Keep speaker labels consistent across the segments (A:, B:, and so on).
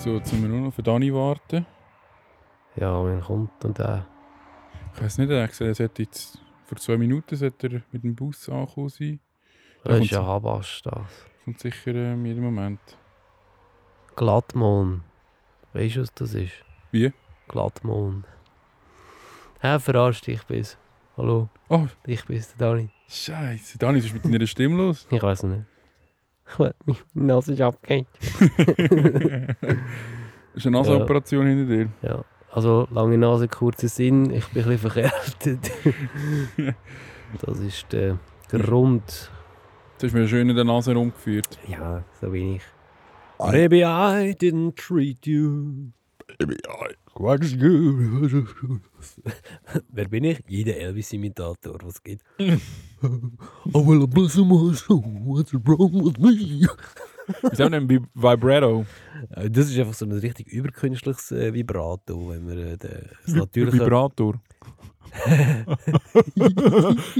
A: So, jetzt müssen wir nur noch für Dani warten.
B: Ja, wann kommt denn der?
A: Ich weiß nicht, er hat gesagt, er sollte jetzt vor zwei Minuten sollte er mit dem Bus angekommen sein.
B: Das
A: kommt
B: ist ja
A: sie-
B: Habas, das.
A: Kommt sicher ähm, jeden Moment.
B: Glattmon. Weißt du, was das ist?
A: Wie?
B: Glattmon. Hä, verarscht, ich bin's. Hallo,
A: Oh,
B: ich bin's, der Dani.
A: Scheiße. Dani, was ist mit deiner Stimme los?
B: Ich weiß nicht. Ich weiß nicht, meine Nase ist abgehängt.
A: Ist eine Nasenoperation hinter dir?
B: Ja. Also, lange Nase, kurzer Sinn. Ich bin ein bisschen verkältet. das ist der Grund.
A: Jetzt hast du mir schön in der Nase rumgeführt.
B: Ja, so bin ich. Maybe I didn't treat you. Wer bin ich? Jeder Elvis-Imitator, was geht. I will bless my soul, what's wrong with me?
A: Ich habe einen Vib- Vibrato.
B: Äh, Das ist einfach so ein richtig überkünstliches äh, Vibrato, wenn man äh, den- das natürliche...
A: Vibrator.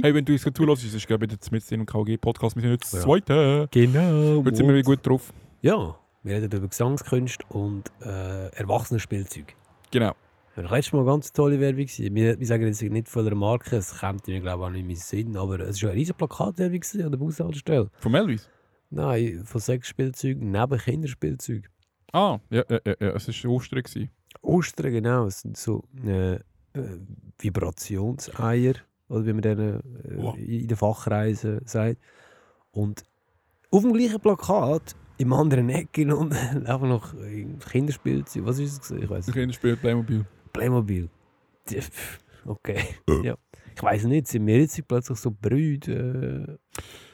A: hey, wenn du uns gerade zulässt, ist es gerade wieder mit dem KG-Podcast. Wir sind jetzt das
B: Ja.
A: zweite.
B: genau.
A: Heute sind wir wieder gut drauf.
B: Ja, wir reden über Gesangskünste und äh, Erwachsenenspielzeug.
A: Genau.
B: Ja, letztes Mal ganz tolle Werbung. gewesen. Wir, wir sagen jetzt nicht von der Marke, es kommt mir glaube ich auch nicht in meinen Sinn, aber es war eine riesige Plakatwerbung gewesen an der Bushaltestelle.
A: Von Elvis.
B: Nein, von Sexspielzeugen neben Kinderspielzeug.
A: Ah, ja, ja, ja, ja. es war Ostern. gewesen.
B: Ostern, genau, es sind so äh, äh, Vibrationseier, oder wie man denen äh,
A: Wow.
B: in den Fachkreisen sagt. Und auf dem gleichen Plakat, im anderen Ecken und einfach noch äh, Kinderspielzeug, was ist es? gewesen? Ich weiß
A: Das Kind spielt Playmobil.
B: Playmobil. Die- pff, Okay. Ja. Ich weiß nicht, sind wir jetzt plötzlich so brüde?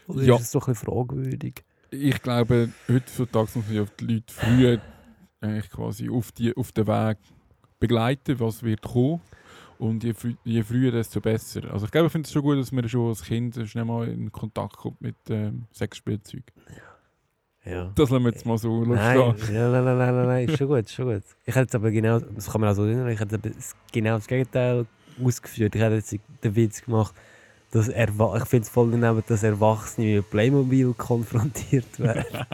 B: Äh, oder
A: Ja.
B: ist es so ein bisschen fragwürdig?
A: Ich glaube, heutzutage muss man ja die Leute früh eigentlich quasi auf, die, auf den Weg begleiten, was wird kommen. Und je, frü je früher, desto besser. Also ich glaube, ich finde es schon gut, dass man schon als Kind schnell mal in Kontakt kommt mit ähm, Sexspielzeug.
B: Ja.
A: Das lassen wir jetzt mal so
B: Nein,
A: stehen.
B: ja, nein, nein, nein, nein, nein, ist schon gut, ist schon gut. Ich hätte jetzt aber genau, das kann man auch so erinnern, ich hätte aber das- genau das Gegenteil ausgeführt. Ich hätte jetzt den Witz gemacht, dass Erwa ich finde es voll daneben, dass Erwachsene mit Playmobil konfrontiert werden.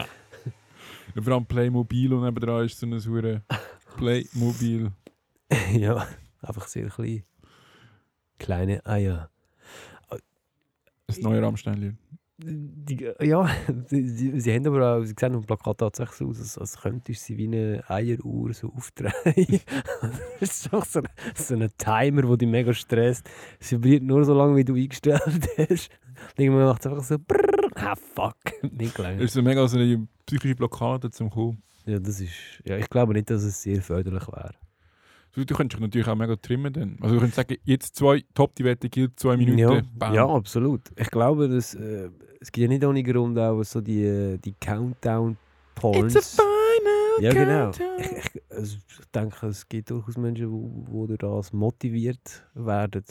A: Vor allem Playmobil und nebenan ist so eine Hure Playmobil.
B: ja, einfach sehr klein. Kleine Eier.
A: Das neue Rammsteinlied.
B: Die, äh, ja, sie, sie, sie haben aber auch, sie sehen auf dem Plakat tatsächlich so aus, als, als könntest du sie wie eine Eieruhr so aufdrehen. das ist doch so, ein- so ein Timer, der dich mega stresst. Sie vibriert nur so lange, wie du eingestellt hast. Und irgendwann macht es einfach so brrrr, ah fuck, nicht
A: Das
B: gelangt.
A: ist so mega so eine psychische Blockade zum Kommen.
B: Ja, das ist, ja, ich glaube nicht, dass es sehr förderlich wäre.
A: Du, du könntest dich natürlich auch mega trimmen dann. Also du könntest sagen, jetzt zwei, top die Wette gilt, zwei Minuten.
B: Ja,
A: Bam.
B: ja, absolut. Ich glaube, dass, äh, es gibt ja nicht ohne Grund auch so die, äh, die Countdown-Points.
A: final
B: Ja, genau. Ich, ich, also ich denke, es gibt durchaus Menschen, die wo, wo durch das motiviert werden.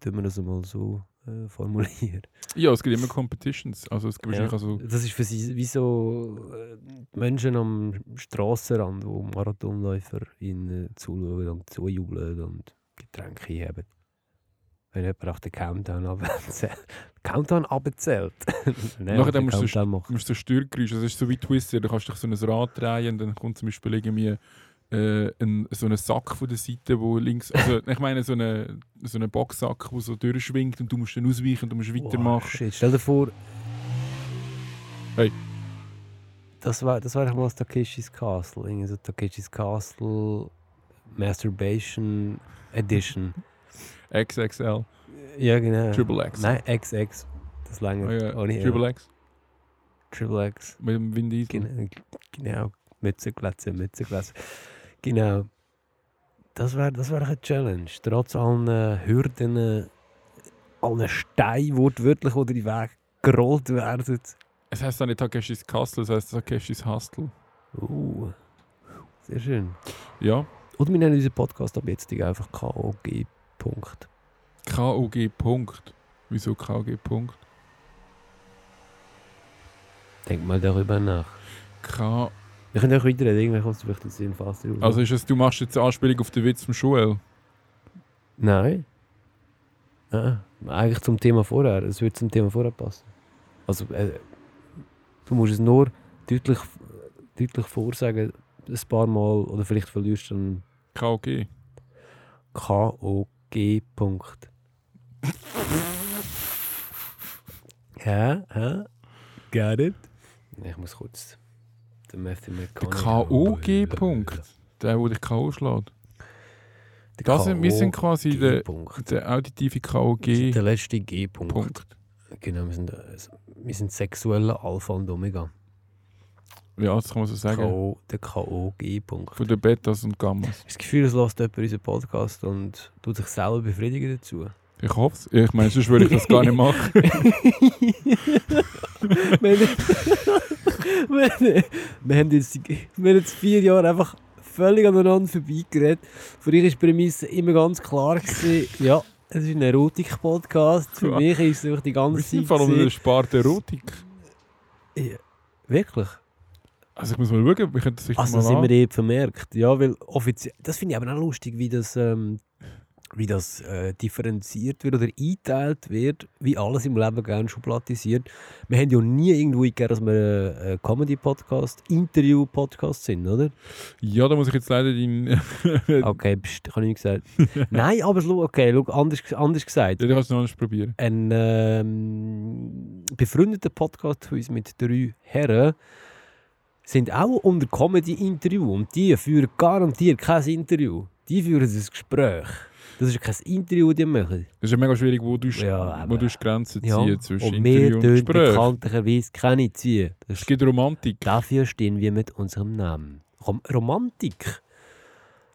B: Tun wir das mal so äh, formulieren.
A: Ja, es gibt immer Competitions. Also es gibt wahrscheinlich also
B: Das ist für sie wie so äh, die Menschen am Strassenrand, wo Marathonläufer ihnen zuschauen und zujubeln und Getränke haben. Wenn jemand auch den Countdown abzählt. Countdown abzählt. Nein,
A: Nachher
B: den
A: musst du-
B: Countdown
A: du
B: machen.
A: musst so Störgeräusche. Also es ist so wie Twister. Du kannst dich so ein Rad drehen und dann kommt zum Beispiel irgendwie äh, ein, so ein Sack von der Seite, wo links, also ich meine so eine so einen Boxsack, wo so durchschwingt und du musst dann ausweichen und du musst
B: Oh,
A: weitermachen.
B: shit. Stell dir vor.
A: Hey.
B: Das war, das war doch mal das Takeshis Castle. Irgendwie so Takeshis Castle Masturbation Edition.
A: XXL,
B: ja, genau.
A: Triple X.
B: Nein, XX. Das lange.
A: Ah ja,
B: ohne L.
A: Triple X
B: Triple X.
A: mit dem Vin Diesel.
B: Genau. genau. Mütze glatzen, Mütze glatzen. Genau. Das war, das war eine Challenge. Trotz allen äh, Hürden, äh, allen Steinen, wortwörtlich, die in den Weg gerollt werden.
A: Es heisst auch nicht Takeshis Castle, es heisst Takeshis Hustle.
B: Uh, sehr schön.
A: Ja,
B: Und wir nennen unseren Podcast ab jetzt einfach KOG. Punkt.
A: KOG. Punkt. Wieso KG. Punkt?
B: Denk mal darüber nach.
A: K
B: Wir können auch weiterreden, irgendwann kommst du vielleicht in den Sinn fast raus.
A: also ist es, du machst jetzt eine Anspielung auf den Witz von Joel?
B: Nein. Ah, eigentlich zum Thema vorher. Es würde zum Thema vorher passen. Also, äh, du musst es nur deutlich, deutlich vorsagen, ein paar Mal oder vielleicht verlierst du dann
A: KOG.
B: KOG. Punkt. Hä? Hä? Get it? Ich muss kurz den Matthew
A: Der
B: McConaughey.
A: KOG-Punkt. Der, der dich K.O. schlägt.
B: Der
A: Das sind, wir sind quasi der,
B: G-Punkt.
A: der auditive KOG-Punkt.
B: Der letzte G-Punkt. Genau, wir sind, äh, wir sind sexueller Alpha und Omega.
A: Ja, das kann man so sagen.
B: K.O. der KOG-Punkt.
A: Von den Betas und Gammas.
B: Das Gefühl, es lässt jemand unseren Podcast und tut sich selber befriedigen dazu.
A: Ich hoffe es. Ich meine, sonst würde ich das gar nicht machen.
B: wir, wir, wir, haben jetzt, wir haben jetzt vier Jahre einfach völlig aneinander vorbeigeredet. Für dich war die Prämisse immer ganz klar, gewesen, ja, es ist ein Erotik-Podcast. Für
A: Ja.
B: mich ist es einfach die
A: Wir
B: ganze
A: sind
B: Zeit...
A: vor allem in der
B: gewesen-
A: Sparte Erotik.
B: Wirklich?
A: Also ich muss mal schauen, wir können das sicher
B: Also
A: mal
B: sind wir
A: an.
B: eh vermerkt. Ja, weil offiziell... Das finde ich aber auch lustig, wie das... Ähm, wie das äh, differenziert wird oder eingeteilt wird, wie alles im Leben gerne schublatisiert. Wir haben ja nie irgendwo eingegeben, dass wir äh, ein Comedy-Podcast, Interview-Podcast sind, oder?
A: Ja, da muss ich jetzt leider dein... ja,
B: Okay, pst, ich habe nichts gesagt. Nein, aber schau, okay, schau, anders, anders gesagt.
A: du kannst es noch nicht probieren.
B: Ein ähm, befreundeter Podcast von uns mit drei Herren sind auch unter Comedy-Interview und die führen garantiert kein Interview. Die führen ein Gespräch. Das ist kein Interview, das die machen.
A: Es ist ja mega schwierig, wo du, sch-
B: Ja,
A: wo
B: aber-
A: du sch- Grenzen ziehen zwischen
B: und
A: Interview
B: wir
A: und
B: tun
A: Gespräch.
B: bekanntlicherweise keine ziehen. Das
A: Es
B: ist,
A: gibt Romantik.
B: dafür stehen wir mit unserem Namen. Rom Romantik.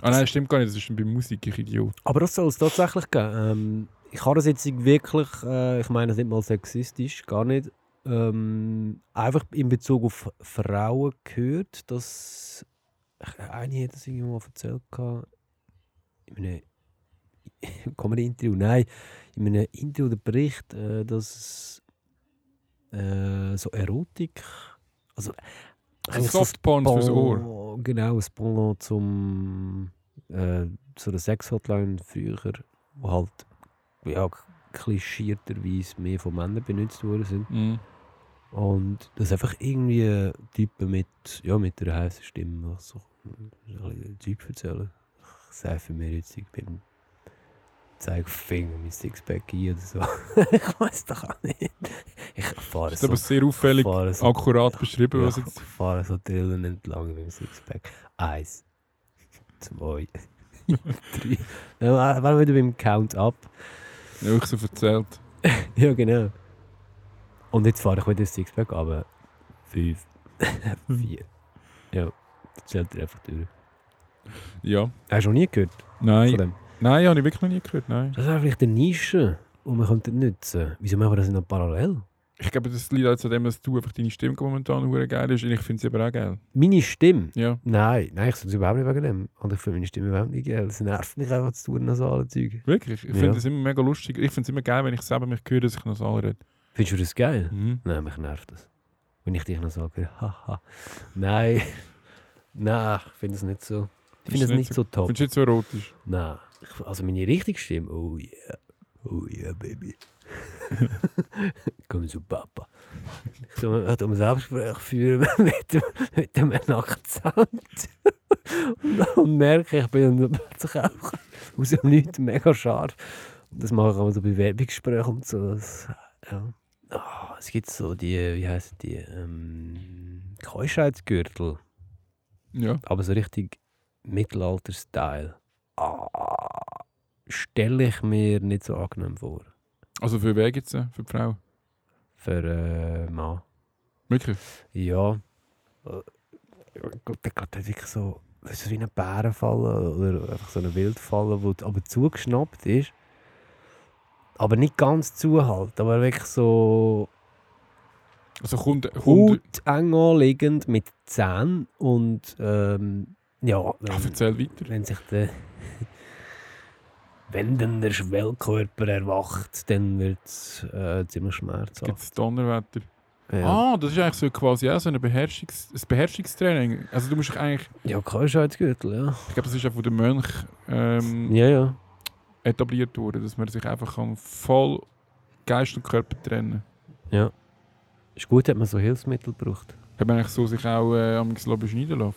A: Ah nein, stimmt gar nicht, das ist bei Musik, ich Idiot.
B: Aber das soll es tatsächlich geben. Ähm, ich habe das jetzt wirklich, äh, ich meine das ist nicht mal sexistisch, gar nicht, ähm, einfach in Bezug auf Frauen gehört, dass ich- eine hat das irgendwo mal erzählt gehabt, in einem Comedy-Interview, nein, in einem Interview oder Bericht, äh, dass es, äh, so Erotik, also
A: So
B: so ein
A: Softporn fürs Ohr.
B: Bon- Genau, ein Bonbon zum äh, zu der Sex-Hotline früher, wo halt ja, k- klischierterweise mehr von Männern benutzt worden sind.
A: Mhm.
B: Und das einfach irgendwie Typen mit, ja, mit einer heißen Stimme was so ein bisschen Zeug erzählen. Ich seife mir jetzt, ich bin zeige Finger mein Sixpack ein oder so. ich weiß doch auch nicht. Ich erfahre
A: Das
B: es
A: ist aber sehr auffällig,
B: erfahre es
A: akkurat beschrieben, was
B: ja,
A: jetzt...
B: Ich fahre so Trillen entlang mit dem Sixpack. Eins, zwei, drei. Dann war- waren wir wieder beim Count-Up.
A: Ja, ich so erzählt.
B: Ja, genau. Und jetzt fahre ich wieder das Sixpack, aber fünf, vier. Ja, das zählt er einfach durch.
A: Ja.
B: Hast du noch nie gehört von
A: Nein.
B: dem?
A: Nein, habe ich wirklich noch nie gehört, nein.
B: Das wäre vielleicht eine Nische, die man könnte nutzen Wieso machen wir das nicht parallel?
A: Ich glaube, das liegt auch zu dem, dass du einfach deine Stimme momentan sehr geil ist und ich finde sie aber auch geil.
B: Meine Stimme?
A: Ja.
B: Nein, nein, ich soll es überhaupt nicht wegen dem. Und ich finde meine Stimme überhaupt nicht geil. Das nervt mich einfach zu tun, das alle Zeug.
A: Wirklich, ich
B: Ja.
A: finde es immer mega lustig. Ich finde es immer geil, wenn ich selber mich höre, dass ich noch so rede.
B: Findest du das geil?
A: Mhm.
B: Nein, mich nervt das. Wenn ich dich noch sage, haha. Nein. Nein, ich finde es nicht so. Ich finde
A: Ist
B: es nicht so top.
A: Findest du jetzt so erotisch?
B: Nein. Ich- Also meine richtige Stimme, oh yeah. Oh yeah, baby. Komm zu Papa. Ich tu ich tu ein Selbstgespräch führen mit dem, mit dem Akzent. Und, und merke, ich bin dann plötzlich auch aus dem Nichts mega scharf. Und das mache ich auch mal so bei Werbungsgesprächen und so. Das, ja. Ah, es gibt so die, wie heißen die, ähm, Keuschheitsgürtel
A: Ja.
B: aber so richtig Mittelalter-Style. Ah, stelle ich mir nicht so angenehm vor.
A: Also für wen gibt es Für die Frau?
B: Für äh, Mann.
A: Wirklich?
B: Ja. Äh, Der geht halt wirklich so, weißt du, wie eine Bärenfalle oder einfach so eine Wildfalle, wo aber zugeschnappt ist. Aber nicht ganz zu halt, aber wirklich so
A: Also kommt... kommt
B: Haut eng anliegend mit Zähnen und ähm, ja.
A: Ach,
B: ähm,
A: Ah, erzähl weiter.
B: Wenn sich der wenn dann der Schwellkörper erwacht, dann wird es äh, ziemlich schmerzhaft.
A: Gibt es Donnerwetter?
B: Ja,
A: Ah, das ist eigentlich so quasi auch so eine Beherrschungs ein Beherrschungstraining. Also du musst dich eigentlich...
B: ja Keuschheitsgürtel, ja.
A: Ich glaube, das ist auch von den Mönchen ähm,
B: Ja, ja.
A: etabliert worden, dass man sich einfach kann voll Geist und Körper trennen
B: Ist gut, hat man so Hilfsmittel gebraucht.
A: Hat man eigentlich so sich auch äh, am beschneiden lassen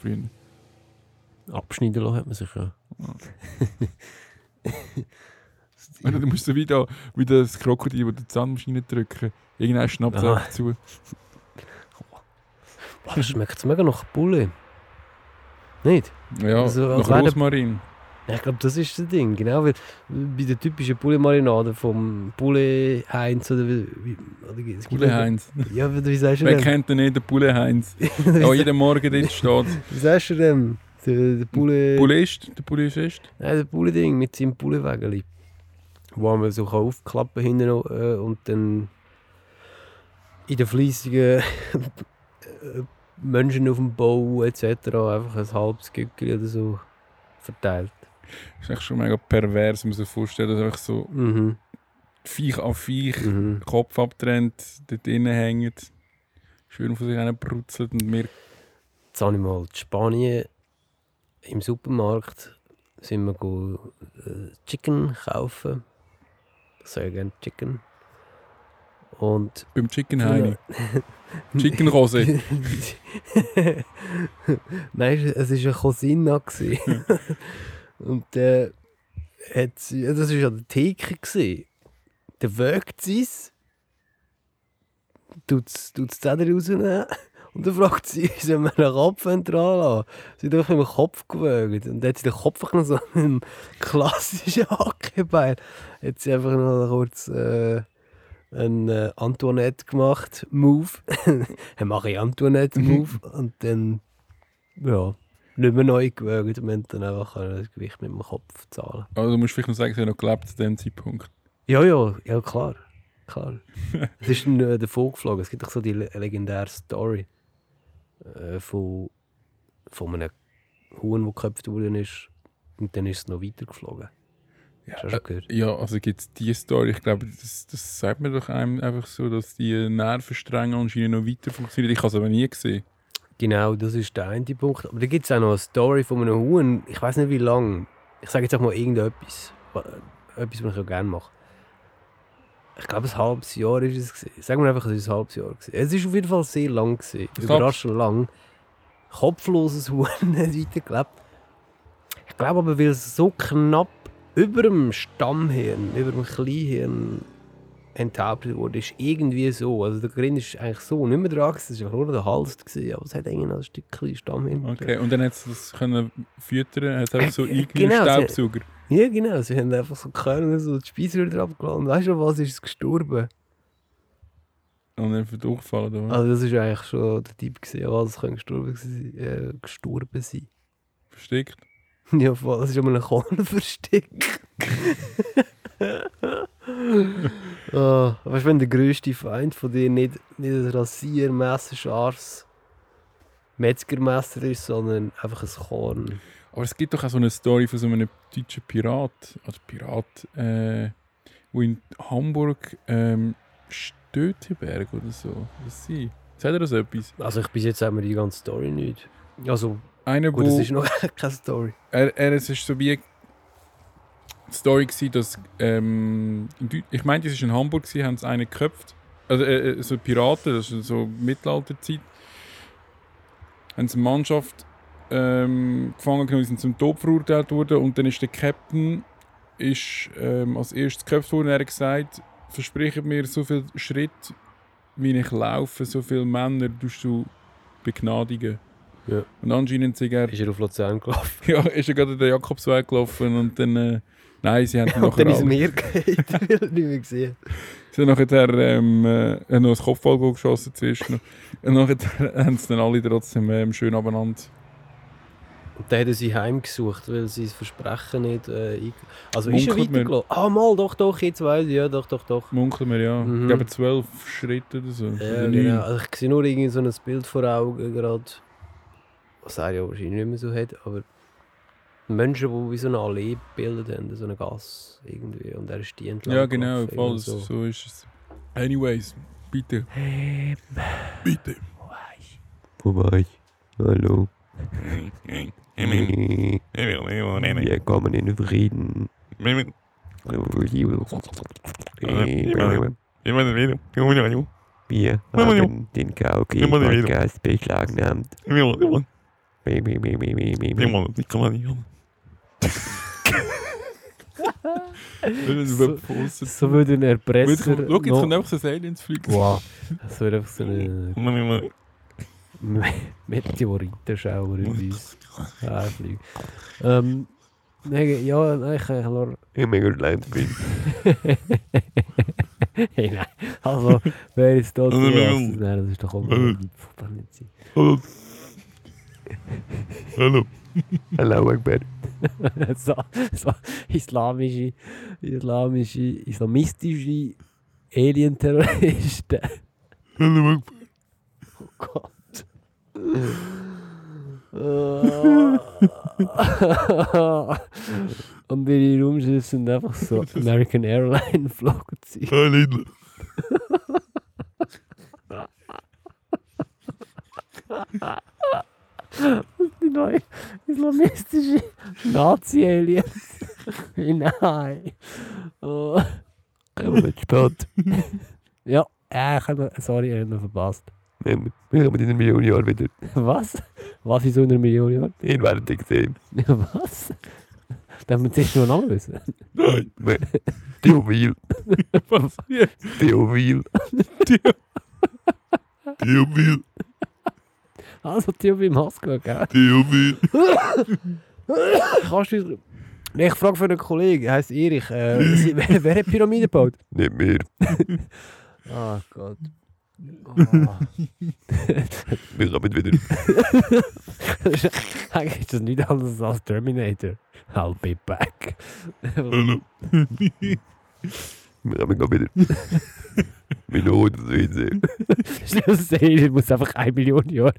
A: früher?
B: Abschneiden lassen hat man sich ja.
A: Oder du musst so wie, da, wie das Krokodil, das die Zahnmaschine drücken. Irgendwann schnappt es
B: Ah.
A: einfach zu.
B: Boah, das schmeckt mega nach Bulle. Nicht?
A: Ja,
B: Also, als
A: nach
B: wäre der-
A: Rosmarin.
B: Ja, Ich glaube, das ist das Ding. Genau, weil bei der typischen Bulle-Marinade vom Bulle-Heinz oder wie. wie- oder wie- es gibt-
A: Bulle Heinz.
B: Ja, wie, wie sagst du
A: Wer
B: denn?
A: kennt denn nicht den Bulle Heinz? Ja, jeden Morgen dort steht
B: Wie sagst du denn? Der, der Bulle.
A: Bullist, der Bullist.
B: Nein, der Bulle-Ding mit seinem Bulle-Wägeli. Wo man so kann aufklappen hinten äh, und dann in der fleissigen äh, Menschen auf dem Bau etc. einfach ein halbes Gückel oder so verteilt.
A: Das ist echt schon mega pervers, muss man sich vorstellen, dass einfach so
B: Mhm.
A: Viech an Viech
B: Mhm.
A: Kopf abtrennt, dort drinnen hängt, schön von sich brutzelt und mir
B: Jetzt habe ich mal in Spanien im Supermarkt sind wir go, äh, Chicken kaufen. Ich sehr gerne Chicken. Und
A: beim Chicken Heini. Chicken Rose.
B: Nein, es war eine Cousina. gewesen. Und äh, hat sie, das war an der Theke. gewesen. Dann wägt sie es, tut es die Zähne rausnehmen und dann fragt sie, sollen wir einen Kopf dran lassen? Sie hat einfach im Kopf gewögt und dann hat sie den Kopf noch so mit einem klassischen Hackebeil hat sie einfach noch kurz äh, einen äh, Antoinette gemacht, Move. Dann mache ich Antoinette-Move und dann ja, nicht mehr neu gewögt und wir haben dann einfach das Gewicht mit dem Kopf zahlen.
A: Also du musst vielleicht noch sagen, sie hat noch gelebt zu dem Zeitpunkt.
B: Ja, ja, ja, klar. Klar. Es ist dann äh, davon geflogen. Es gibt doch so die le- legendäre Story äh, von, von einem Huhn, der geköpft worden ist. Und dann ist es noch weiter geflogen.
A: Ja,
B: Hast du schon gehört?
A: Ja, also gibt es die Story, ich glaube, das, das sagt man doch einem einfach so, dass die Nervenstränge anscheinend noch weiter funktionieren. Ich habe es aber nie gesehen.
B: Genau, das ist der eine Punkt. Aber da gibt es auch noch eine Story von einem Huhn. Ich weiß nicht, wie lang. Ich sage jetzt auch mal irgendetwas. Wa- Etwas, was ich auch gerne mache. Ich glaube, ein halbes Jahr ist es. Gewesen. Sagen wir einfach, es war ein halbes Jahr. Gewesen. Es ist auf jeden Fall sehr lang. Gewesen.
A: Stopp.
B: Überraschend lang. Kopfloses Huhn hat weitergelebt. Ich glaube aber, weil es so knapp über dem Stammhirn, über dem Kleinhirn enthauptet wurde, ist irgendwie so. Also der Grind ist eigentlich so nicht mehr dran, gewesen, es war einfach nur der Hals, gewesen, aber es hat irgendwie noch ein Stückchen Stammhirn.
A: Okay, und dann hat sie das können füttern, hat einfach so
B: Äh,
A: eingenommen
B: genau, sie-
A: Staubsauger.
B: Ja genau, sie haben einfach so Körner, so die Speiseröhre abgeladen. Weißt du was, ist es gestorben.
A: Und dann für durchfahren. Oder?
B: Also das war eigentlich schon der Typ, gewesen, ja, das kann gestorben sein. Äh, gestorben sein.
A: Versteckt.
B: Ja, voll, das ist immer ein Kornversteck. oh, weißt du, wenn der grösste Feind von dir nicht, nicht ein Rasiermesser, scharfes Metzgermesser ist, sondern einfach ein Korn.
A: Aber es gibt doch auch so eine Story von so einem deutschen Pirat, also Pirat, äh, wo in Hamburg ähm, Stöteberg oder so. Was sie? Sagt er das etwas?
B: Also, ich bis jetzt haben wir die ganze Story nicht. Also,
A: Einer,
B: gut, es
A: wo
B: ist noch keine Story.
A: er, er es ist so wie die Story gewesen, dass ähm, in Deu- ich meinte, es ist in Hamburg gewesen, haben sie einen geköpft, also äh, äh, so Piraten, das ist so Mittelalterzeit, haben sie eine Mannschaft ähm, gefangen genommen, die sind zum Tod verurteilt worden und dann ist der Captain ist ähm, als erstes geköpft worden. Er hat gesagt, versprechen mir so viel Schritt, wie ich laufe, so viele Männer tust du begnadigen.
B: Ja.
A: Und anscheinend sind er
B: Ist er auf Luzern gelaufen?
A: ja, ist ja gerade der Jakobsweg gelaufen und dann. Äh, nein, sie haben ihn
B: Und
A: nachher,
B: dann ist
A: alle-
B: er mir gegeben, weil er nicht mehr gesehen
A: sie haben nachher ähm, äh, noch ein Kopfballgoal geschossen zwischen. Und nachher haben sie dann alle trotzdem ähm, schön abeinander.
B: Und dann hat er sie heimgesucht, weil sie das Versprechen nicht. Äh, einge- also, ist er
A: Munkelt man.
B: weitergelaufen? Ah, mal, doch, doch, jetzt weiß ich, ja, doch, doch, doch.
A: Munkeln wir ja.
B: Mhm.
A: Ich glaube, zwölf Schritte oder so.
B: Ja, nou,
A: Oder neun.
B: genau. Also ich sehe nur irgendwie so ein Bild vor Augen gerade. Was er ja wahrscheinlich nicht mehr so hat, aber Menschen, die wie so eine Allee gebildet haben, so eine dus Gas irgendwie. Und er ist die entlang.
A: ja, genau,
B: gelaufen,
A: voll.
B: irgendwie
A: So. ist es. Anyways, bitte,
B: Hey,
A: bitte.
C: Vorbei. Hallo.
D: Amen.
C: Wir kommen in Frieden.
D: Äh,
C: Äh, Wir haben den
D: Immer die Rede.
C: Karaoke-Podcast beschlagnahmt. Baby, baby, baby, baby.
D: Niemand, Nickelodeon.
A: Wenn
B: So-
A: so, posten.
B: So würde ein
A: Jetzt
B: Erpresser.
A: kommt- Schau, jetzt
B: noch-
A: kommt einfach so ein Alien zu fliegen.
B: Wow. Das wäre einfach so eine
D: Niemand,
B: Meteoritenschauer in Ah, uns. Anfliegen. Ähm, nein, ja, nein, ich kann nur.
C: Ich mega schlecht bin.
B: hey, nein. Also, wer ist da
D: Nein, nein,
B: zuerst? Nein, das ist doch auch
D: Nein.
B: verdammt sein.
D: Hallo. Hallo.
C: Hallo, Akbar.
B: so, so islamische, islamische, islamistische Alien-Terroristen.
D: Hallo.
B: Oh Gott. Ah. Und ihre Raumschiffe sind einfach so American Airline Flugzeuge.
D: Hallo.
B: Die neue islamistische Nazi-Aliens. Nein. Oh.
C: Kommen wir zu spät.
B: Ja, äh, ich habe, sorry, ich habe noch verpasst.
C: Nein, Wir kommen in einer Million Jahren wieder.
B: Was? Was in so einer Million Jahren?
C: Ihr werdet es sehen.
B: Ja, was? Darf man zuerst noch einen Namen wissen?
D: Nein.
C: Theowil.
A: Was? Ja.
C: Theowil.
D: Theo Bill.
B: Also, die bei Maske, gell?
D: Theo Bill.
B: Kannst du... Nee, ich frage für einen Kollegen, er heisst Erich. Äh, sie- wer, wer hat die Pyramide gebaut?
C: Nicht mehr.
B: Ah Gott. Ah.
C: Wir kommen wieder.
B: Eigentlich ist das nicht anders als Terminator. I'll be back.
D: Hallo.
C: Wir kommen gleich wieder. Meine Haut sehen sie.
B: Stell dir das Alien muss einfach 1 Million Jahre.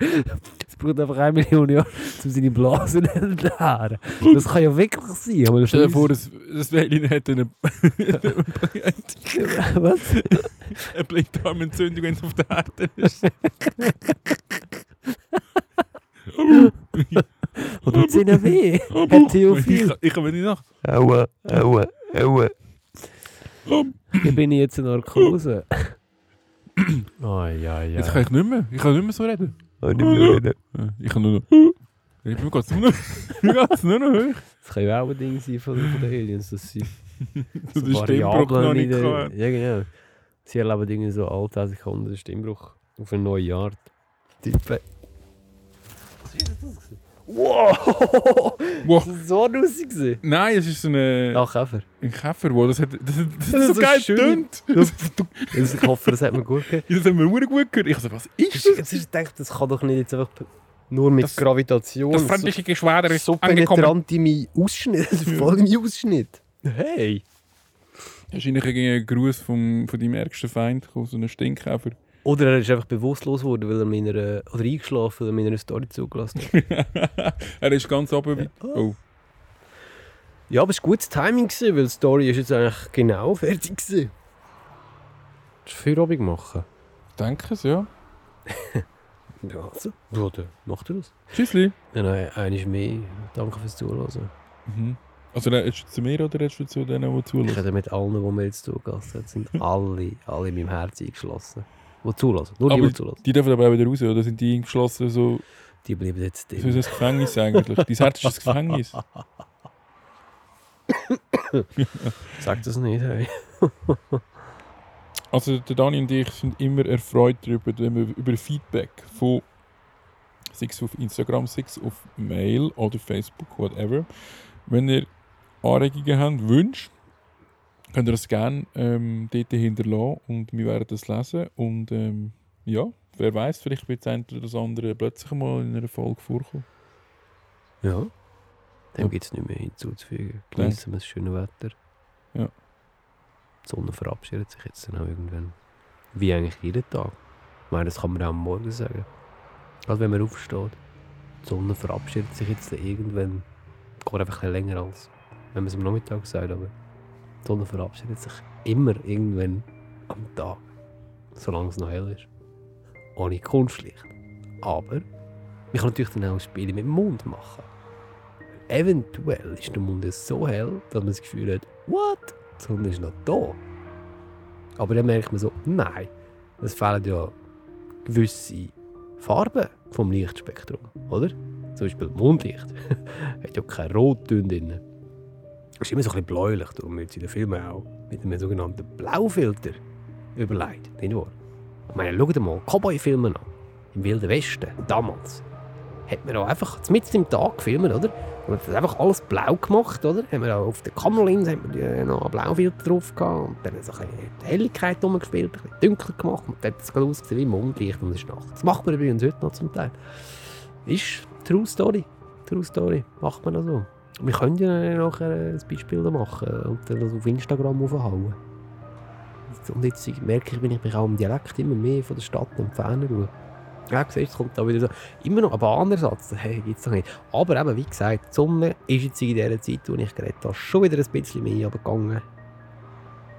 B: Es braucht einfach 1 Million Jahre, um seine Blasen zu entleeren. Das kann ja wirklich sein. Aber
A: Stell dir vor, das, das Alien hätte eine, eine
B: was?
A: Blinddarmentzündung, wenn es auf der Erde ist.
B: Oder zehn weh. Hat
A: Ich,
B: Theophil.
A: ich komme nicht nach.
C: Aua, aua, aua.
B: Hier bin ich jetzt in Narkose. Oh ja, ja.
A: Jetzt kann ich nicht mehr. Ich kann nicht mehr so reden.
C: Oh, nicht mehr reden.
A: Ja, Ich kann nur noch.
B: Hm.
A: Ich bin ganz nur noch. Mir geht's nur noch hoch.
B: Das kann ja auch ein Ding sein von, von den Aliens, dass sie
A: Das ist Stimmbruch noch nicht
B: Ja,
A: gehabt.
B: genau. Sie erleben irgendwie so alle 10 Sekunden einen Stimmbruch auf eine neue Art.
C: Tippe.
B: Wow!
A: Wow.
B: Das war so rausig.
A: Nein, es ist so eine,
B: Ah, Käfer.
A: ein Käfer, wo das, hat, das, das, das,
B: Das ist
A: so
B: so
A: geil
B: schön.
A: tönt.
B: Also ich hoffe, das hat mir gut gegeben.
A: Das haben wir verdammt gut gehört. Ich so, was ist das?
B: Jetzt ist gedacht, das kann doch nicht jetzt einfach nur mit
A: Das-
B: Gravitation.
A: Das feindliche Geschwader
B: so,
A: ist
B: so
A: angekommen.
B: penetrant in meinen Ausschnitt. Das ist voll in meinen Ausschnitt. Hey!
A: Wahrscheinlich ein Gruß vom, von deinem ärgsten Feind, gekommen, so ein Stinkkäfer.
B: Oder er ist einfach bewusstlos geworden, weil er meiner, äh, oder eingeschlafen, weil er meiner Story zugelassen hat.
A: er ist ganz oben. wie- Oh.
B: ja, aber es war gutes Timing, gewesen, weil die Story ist jetzt eigentlich genau fertig. Gewesen. Hast du Feierabend machen?
A: Ich denke es, ja.
B: Ja, also. Oder macht er das?
A: Tschüssli.
B: Ja, nein, eines mehr. Danke fürs Zuhören.
A: Mhm. Also, redest du zu mir oder redest du zu denen, die
B: Ich
A: zuhören?
B: rede mit allen, die mir jetzt zugelassen haben, sind alle, alle in meinem Herz eingeschlossen. Die zulassen, nur die,
A: Aber-
B: die zulassen.
A: Die dürfen aber auch wieder raus, oder sind die eingeschlossen, so,
B: Die bleiben jetzt
A: so
B: drin.
A: ein Gefängnis eigentlich? Dein Herz ist ein Gefängnis.
B: Sag das nicht, hey.
A: Also der Dani und ich sind immer erfreut darüber, wenn wir über Feedback von sechs auf Instagram, sechs auf Mail oder Facebook, whatever. Wenn ihr Anregungen habt, Wünsche, könnt ihr das gerne ähm, dort hinterlassen und wir werden das lesen. Und ähm, ja, wer weiß, vielleicht wird das eine oder das andere plötzlich mal in einer Folge vorkommen.
B: Ja. Dem gibt es nicht mehr hinzuzufügen. Genießen wir das schöne Wetter.
A: Ja.
B: Die Sonne verabschiedet sich jetzt dann auch irgendwann. Wie eigentlich jeden Tag. Ich meine, das kann man auch am Morgen sagen. Also wenn man aufsteht. Die Sonne verabschiedet sich jetzt dann irgendwann. Geht einfach ein bisschen länger als, wenn man es am Nachmittag sagt, aber die Sonne verabschiedet sich immer irgendwann am Tag. Solange es noch hell ist. Ohne Kunstlicht. Aber man kann natürlich dann auch Spiele mit dem Mond machen. Eventuell ist der Mund jetzt so hell, dass man das Gefühl hat, what? Die Sonne ist noch da. Aber dann merkt man so, nein, es fehlen ja gewisse Farben vom Lichtspektrum, oder? Zum Beispiel Mondlicht. hat ja kein Rotton drin. Ist immer so ein bisschen bläulich, darum wird sie den Film auch mit einem sogenannten Blaufilter überlegt. Nicht wahr? Ich meine, schaut mal Cowboy-Filme an. Im Wilden Westen, damals. Hat man auch einfach mitten im Tag gefilmt, oder? Und hat das einfach alles blau gemacht, oder? Haben wir auch auf der Kameralinse haben wir äh, noch einen Blaufilter drauf gehabt. Und dann so ein bisschen die Helligkeit rumgespielt, ein bisschen dunkler gemacht. Und dann hat es gerade ausgesehen wie Mondlicht und es ist Nacht. Das macht man übrigens heute noch zum Teil. Ist True Story. True Story. Macht man das so. Wir können ja nachher äh, ein Beispiel machen und dann das auf Instagram aufhauen. Und jetzt merke ich, bin ich mich auch im Dialekt immer mehr von der Stadt entfernen schaue. Ja, siehst du, kommt da wieder so. Immer noch ein Bahnersatz. Hey, gibt's doch nicht. Aber eben, wie gesagt, die Sonne ist jetzt in dieser Zeit, wo ich geredet habe, schon wieder ein bisschen mehr runtergegangen.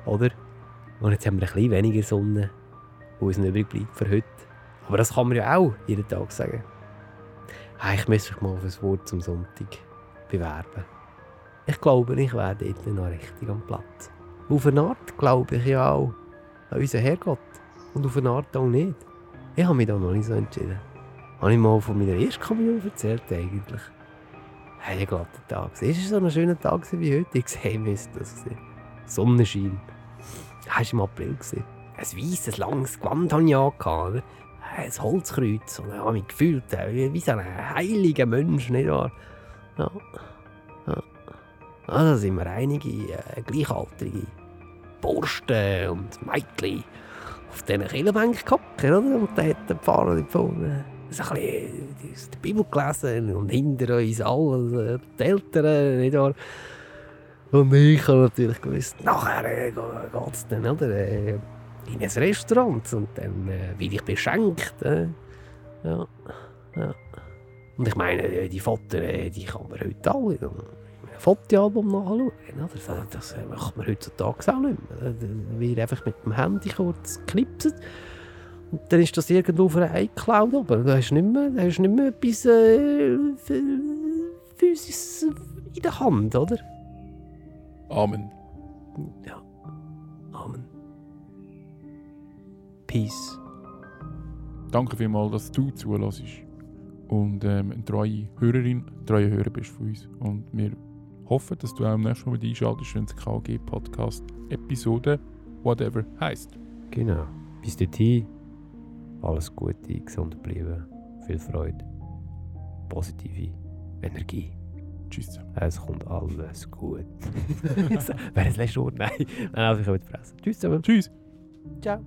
B: Oder? Und jetzt haben wir ein bisschen weniger Sonne, die uns noch übrig bleibt für heute. Aber das kann man ja auch jeden Tag sagen. Hey, ich müsste mich mal fürs Wort zum Sonntag bewerben. Ich glaube, ich wäre dort noch richtig am Platz. Auf eine Art glaube ich ja auch an unseren Herrgott. Und auf eine Art auch nicht. Ich habe mich da noch nicht so entschieden. Habe ich mal von meiner ersten Kommunion erzählt eigentlich. Hey, ein glatter Tag. Es war so ein schöner Tag gewesen wie heute. Ich sehe, müsste das sein. Sonnenschein. Das war im April. gewesen. Ein weißes, langes Gewand hatte ich an, oder? Ein Holzkreuz. Und ich habe mich gefühlt äh, wie wie so ein heiliger Mensch, nicht wahr? Ja. ja. Also da sind wir einige äh, gleichaltrige Bursten und Mädchen auf diesen Killenbänken gehockt, oder? Und dann hat der Pfarrer gefunden. So ein bisschen die aus der Bibel gelesen und hinter uns alle, äh, die Eltern, nicht wahr? Und ich habe natürlich gewusst, nachher äh, geht es dann, oder? Äh, in ein Restaurant und dann äh, werde ich beschenkt. Äh. Ja, ja. Und ich meine, äh, die Fotos, äh, die kann man heute alle in einem Fotoalbum nachschauen. Oder? Das, das äh, macht man heutzutage auch nicht mehr. Äh, Da wird einfach mit dem Handy kurz geknipst. Und dann ist das irgendwo auf einer iCloud oben. Da hast du nicht mehr, da hast du nicht mehr etwas äh, ph- Physisches in der Hand, oder?
A: Amen.
B: Ja. Amen. Peace.
A: Danke vielmals, dass du zulässt und ähm, eine treue Hörerin, ein treuer Hörer bist von uns. Und wir hoffen, dass du auch am nächsten Mal wieder einschaltest, wenn es KG Podcast Episode whatever heisst.
B: Genau. Bis dorthin. Alles Gute, gesund bleiben. Viel Freude. Positive Energie.
A: Tschüss zusammen.
B: Es kommt alles gut. Also, Wäre das letzte Wort? Nein. Nein, ich habe die Fresse. Tschüss zusammen.
A: Tschüss.
B: Ciao.